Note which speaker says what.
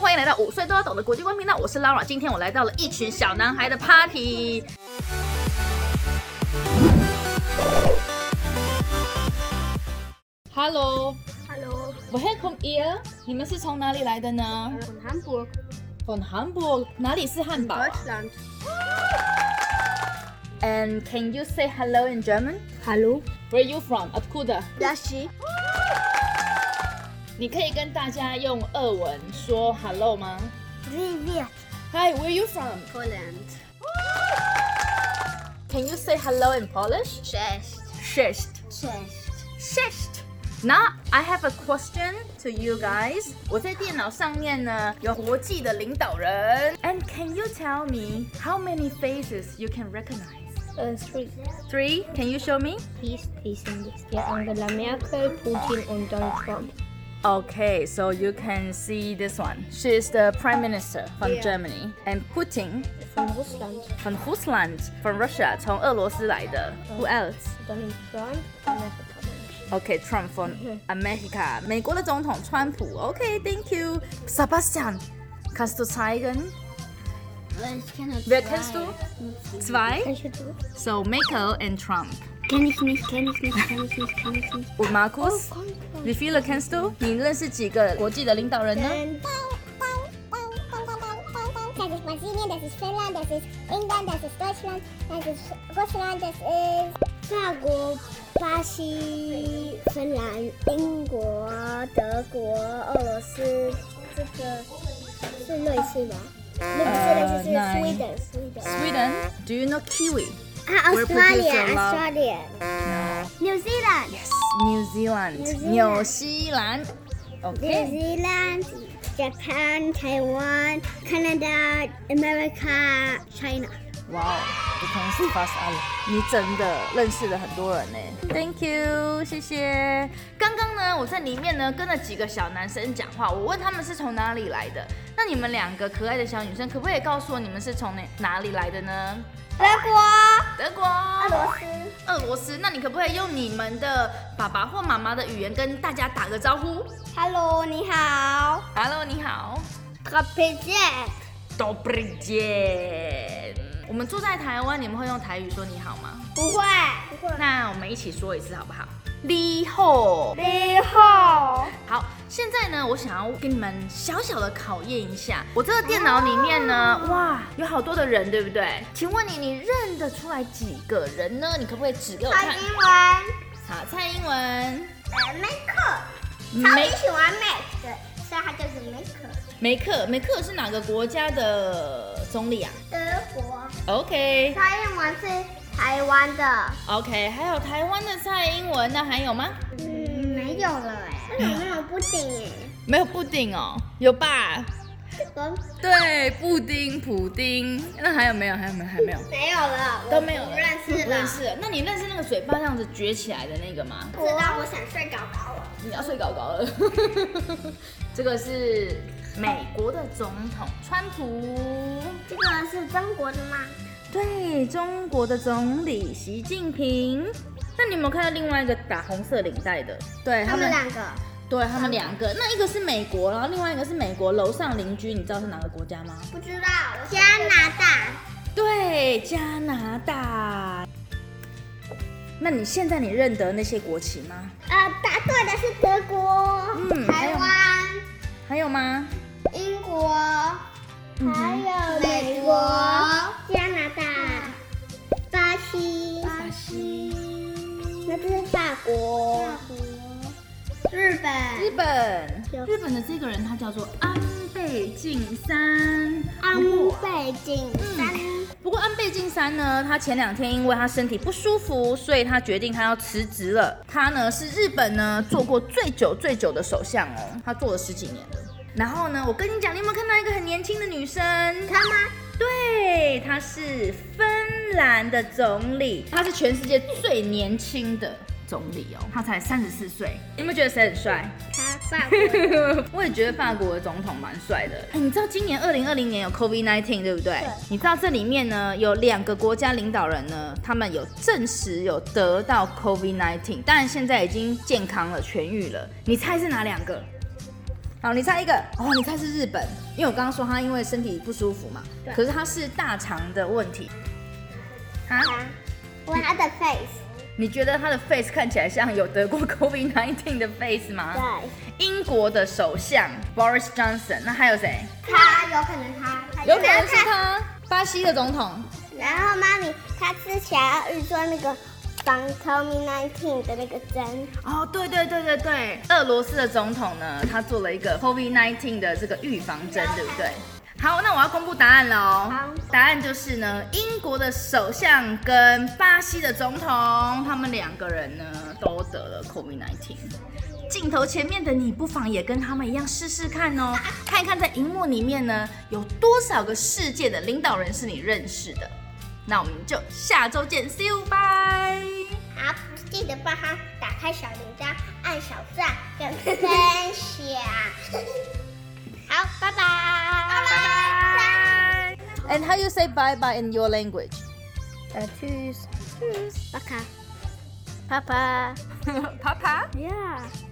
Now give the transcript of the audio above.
Speaker 1: 欢迎来到五岁都要懂的国际观频道，我是 Laura。今天我来到了一群小男孩的 party。Hello,
Speaker 2: Hallo, Äh,
Speaker 1: welcome here。你们是从哪里来的呢
Speaker 2: von Hamburg,
Speaker 1: ？From Hamburg。哪里是汉堡啊
Speaker 2: Deutschland.
Speaker 1: ？And can you say hello in German?
Speaker 2: Hallo,
Speaker 1: Where you from? a b k u d a
Speaker 2: Dashi.
Speaker 1: 你可以跟大家用俄文说 hello 吗
Speaker 2: Привет,
Speaker 1: ？Hi, where you from?
Speaker 2: Poland.
Speaker 1: Can you say hello in Polish?
Speaker 2: Cześć.
Speaker 1: Sześć.
Speaker 2: Cześć.
Speaker 1: Shished. Now I have a question to you guys. 我在电脑上面呢有国际的领导人。And can you tell me how many faces you can recognize?
Speaker 3: Äh, three.
Speaker 1: Three? Can you show me?
Speaker 3: Peace, peace and die Angela Merkel, Putin und Donald Trump.
Speaker 1: Okay, so you can see this one. She is the prime minister from
Speaker 2: Yeah.
Speaker 1: Germany, and Putin
Speaker 3: Von Russland,
Speaker 1: from Rusland, from Russia, 从俄罗斯来的。Who else?
Speaker 3: Donald Trump, America.
Speaker 1: Okay, Trump from America，美国的总统川普。Okay，thank you, Sebastian. Kannst du zeigen?
Speaker 2: Ich halt kenne
Speaker 1: Wer kennst du? Zwei.
Speaker 3: Kann ich jetzt so?
Speaker 1: So Merkel and Trump.
Speaker 2: Kenn ich nicht, kenn ich nicht, kenn ich nicht, kenn ich nicht.
Speaker 1: Und Markus?
Speaker 4: Oh,
Speaker 1: Wie viele kennst du? 你认识几个国际的领导人呢？
Speaker 4: Das ist Brasilien, das ist Finnland, das ist England, das ist Deutschland, das ist Russland, das ist Fargo, Bashi, Finnland, Ingor, Dörgor, Oros, das ist Neuseeland. Das ist
Speaker 1: Ah, nein.
Speaker 4: Sweden. Sweden.
Speaker 1: Sweden. Do you know Kiwi?
Speaker 4: Ah,
Speaker 1: Where Australia, people love-
Speaker 4: Australia. New Zealand.
Speaker 1: Yes. New Zealand.
Speaker 4: Zealand.
Speaker 1: 纽西兰。
Speaker 4: New
Speaker 1: Okay.
Speaker 4: Zealand, Japan, Taiwan, Canada, America, China.
Speaker 1: 哇哦，不同是 f a s 你真的认识了很多人呢。Thank you，谢谢。刚刚呢，我在里面呢跟了几个小男生讲话，我问他们是从哪里来的。那你们两个可爱的小女生，可不可以告诉我你们是从哪哪里来的呢？德国，德国，俄罗斯。那你可不可以用你们的爸爸或妈妈的语言跟大家打个招呼
Speaker 4: Hallo，你好。
Speaker 1: ？Hello，你好。
Speaker 4: Trapezet。
Speaker 1: d o b r i d 我们住在台湾，你们会用台语说你好吗？
Speaker 4: 不会。不会。
Speaker 1: 那我们一起说一次好不好？你好。
Speaker 4: 你好。
Speaker 1: 好，现在呢，我想要给你们小小的考验一下。我这个电脑里面呢，哇，有好多的人，对不对？请问你，你认得出来几个人呢？你可不可以指给我看？
Speaker 4: 文。
Speaker 1: 好，蔡英文、
Speaker 4: 呃，梅克。
Speaker 1: 梅
Speaker 4: 喜欢 Mac 的，所以他就是梅克。
Speaker 1: 梅克，梅克是哪个国家的总理啊
Speaker 4: 德国。
Speaker 1: ？OK
Speaker 4: 蔡英文是台湾的。
Speaker 1: OK，还有台湾的蔡英文，那还有吗？
Speaker 4: 嗯，没有了哎。为什么没有布丁哎？
Speaker 1: 没有布丁哦，有吧？
Speaker 4: 都
Speaker 1: 对，布丁、普丁，那还有没有？还有没有？还有没有？
Speaker 4: 没有了，
Speaker 1: 都没有了
Speaker 4: 我不认识
Speaker 1: 不
Speaker 4: 了
Speaker 1: 认。识了。那你认识那个嘴巴这样子撅起来的那个吗？
Speaker 4: 不知道我想睡觉吧我。
Speaker 1: 你要睡搞搞 了。这个是美国的总统川普，
Speaker 4: 这个是中国的吗？
Speaker 1: 对中国的总理习近平。那你有没有看到另外一个打红色领带的？对
Speaker 4: 他们两个
Speaker 1: 对他们两个，那一个是美国，然后另外一个是美国楼上邻居，你知道是哪个国家吗？
Speaker 4: 不知道。加拿大。
Speaker 1: 对，加拿大。那你现在你认得那些国旗吗？
Speaker 4: 呃，答对的是德国、
Speaker 1: 嗯还
Speaker 4: 台
Speaker 1: 有
Speaker 4: 湾、
Speaker 1: 还有吗？
Speaker 4: 英国，还有嗯美国、加拿大、巴西、巴西，那这是法
Speaker 3: Oh.
Speaker 4: 国、日
Speaker 1: 日
Speaker 4: 本、
Speaker 1: 本
Speaker 4: 有，
Speaker 1: 日本的这个人他叫做安倍晋三。
Speaker 4: 安倍晋三。
Speaker 1: 不过安倍晋三呢，他前两天因为他身体不舒服，所以他决定他要辞职了。他呢是日本呢做过最久最久的首相哦，他做了十几年了。然后呢，我跟你讲，你有没有看到一个很年轻的女生？
Speaker 4: 他吗？
Speaker 1: 对，她是芬兰的总理，她是全世界最年轻的总理哦，她才三十四岁。你有没有觉得谁很帅？
Speaker 4: 他法国。
Speaker 1: 我也觉得法国的总统蛮帅的。哎，你知道今年二零二零年有 COVID 1 9对不对？你知道这里面呢有两个国家领导人呢，他们有证实有得到 COVID 1 9当然现在已经健康了痊愈了。你猜是哪两个？好，你猜一个哦，你猜是日本，因为我刚刚说他因为身体不舒服嘛，可是他是大肠的问题啊。
Speaker 4: 嗯 One other face.
Speaker 1: 你觉得他的 face 看起来像有得过 COVID 1 9的 face 吗？
Speaker 4: 对，
Speaker 1: 英国的首相 Boris Johnson，那还有谁？
Speaker 4: 他有可能他，他
Speaker 1: 有可能是他，巴西的总统。
Speaker 4: 然后妈咪她之前要预做那个防 COVID-19 的那个针，
Speaker 1: 哦，对对对对对，俄罗斯的总统呢，他做了一个 COVID-19 的这个预防针，对不对？好，那我要公布答案了哦
Speaker 4: 好。
Speaker 1: 答案就是呢，英国的首相跟巴西的总统，他们两个人呢都得了 COVID-19。镜头前面的你，不妨也跟他们一样试试看哦， 看一看在荧幕里面呢，有多少个世界的领导人是你认识的。那我们就下周见，See you，bye。
Speaker 4: 好，啊记得帮他打开小铃铛，按小赞跟 分享。好，拜拜，拜拜，
Speaker 1: And how you say bye bye in your language?
Speaker 2: Uh, tschüss. Tschüss. Baka. Papa.
Speaker 1: Papa?
Speaker 2: Yeah.